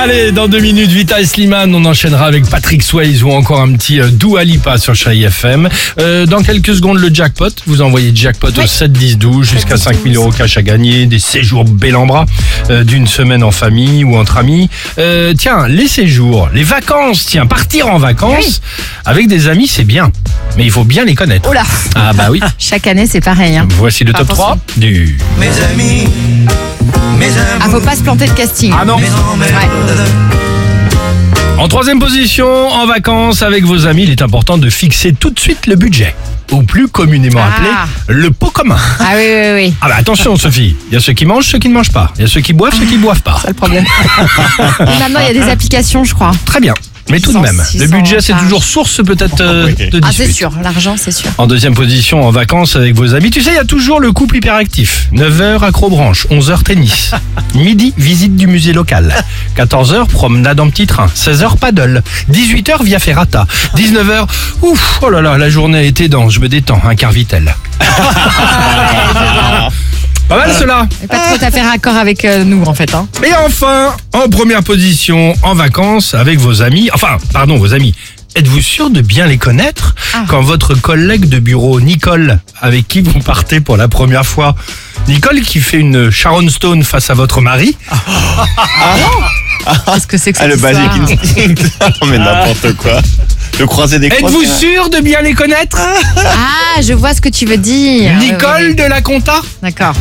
Allez, dans deux minutes, Vita et Slimane, on enchaînera avec Patrick Swayze ou encore un petit euh, Dua Lipa sur Chai FM. Euh, dans quelques secondes, le jackpot. Vous envoyez jackpot au 7 10 12 jusqu'à 5000 euros cash à gagner, des séjours Bellambra euh, d'une semaine en famille ou entre amis. Euh, tiens, les séjours, les vacances, tiens, partir en vacances avec des amis, c'est bien, mais il faut bien les connaître. Oh là Ah bah oui. Chaque année, c'est pareil. Hein. Voici le top 3 du Mes amis, mes amours, Ah, faut pas se planter de casting. Ah non. mes emmerdes. En troisième position, en vacances avec vos amis, il est important de fixer tout de suite le budget, ou plus communément Ah. appelé le pot commun. Ah oui, oui, oui. Ah bah attention Sophie, il y a ceux qui mangent, ceux qui ne mangent pas, il y a ceux qui boivent, ceux qui ne boivent pas. Pas le problème. Et maintenant, il y a des applications, je crois. Très bien, mais tout de 600, même, le 600, budget c'est enfin. toujours source peut-être euh, de Ah, c'est dispute. sûr. L'argent, c'est sûr. En deuxième position, en vacances avec vos amis, tu sais, il y a toujours le couple hyperactif. 9h accrobranche, 11h tennis, midi visite du musée local, 14h promenade en petit train, 16h paddle, 18h via ferrata, 19h ouf, oh là là, la journée a été dense, je me détends, un quart vitel. Pas mal cela Mais Pas trop à faire accord avec euh, nous, en fait. Hein. et enfin, en première position, en vacances, avec vos amis, enfin, pardon, vos amis. Êtes-vous sûr de bien les connaître Ah. quand votre collègue de bureau, Nicole, avec qui vous partez pour la première fois, Nicole qui fait une Sharon Stone face à votre mari, Qu'est-ce que c'est que Ah, cette le basic histoire instinct. non, mais n'importe quoi. De croiser des hein. êtes-vous croises. sûr de bien les connaître Ah, je vois ce que tu veux dire. Oui, oui, Nicole oui. de la Conta D'accord.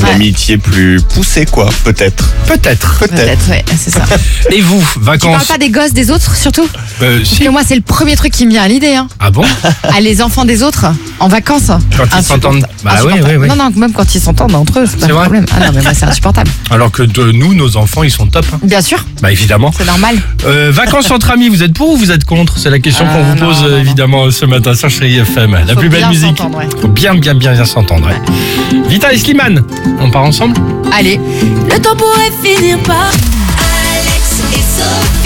Une amitié plus poussée, quoi, peut-être. Peut-être. Peut-être. Peut-être, ouais, c'est ça. Et vous, Tu parles vacances pas des gosses des autres, surtout Euh, Parce si. que moi, c'est le premier truc qui me vient à l'idée. Hein. Ah bon Ah, les enfants des autres, en vacances. Quand ils Insupportable. s'entendent. Bah oui, Insupportable. oui, oui. Non, non, même quand ils s'entendent entre eux, c'est pas C'est le vrai problème. Ah non, mais moi, c'est insupportable. Alors que de nous, nos enfants, ils sont top. hein. Bien sûr, Bah évidemment. c'est normal. Euh, vacances entre amis, vous êtes pour ou vous êtes contre C'est la question Ah, qu'on vous non, pose non, non. évidemment ce matin sur Chérie FM. La Faut plus belle bien musique. s'entendre, ouais. Faut bien, bien, bien, bien s'entendre. ouais. Vita et Slimane, on part ensemble Allez. Le temps pourrait finir par Alex et Sophie.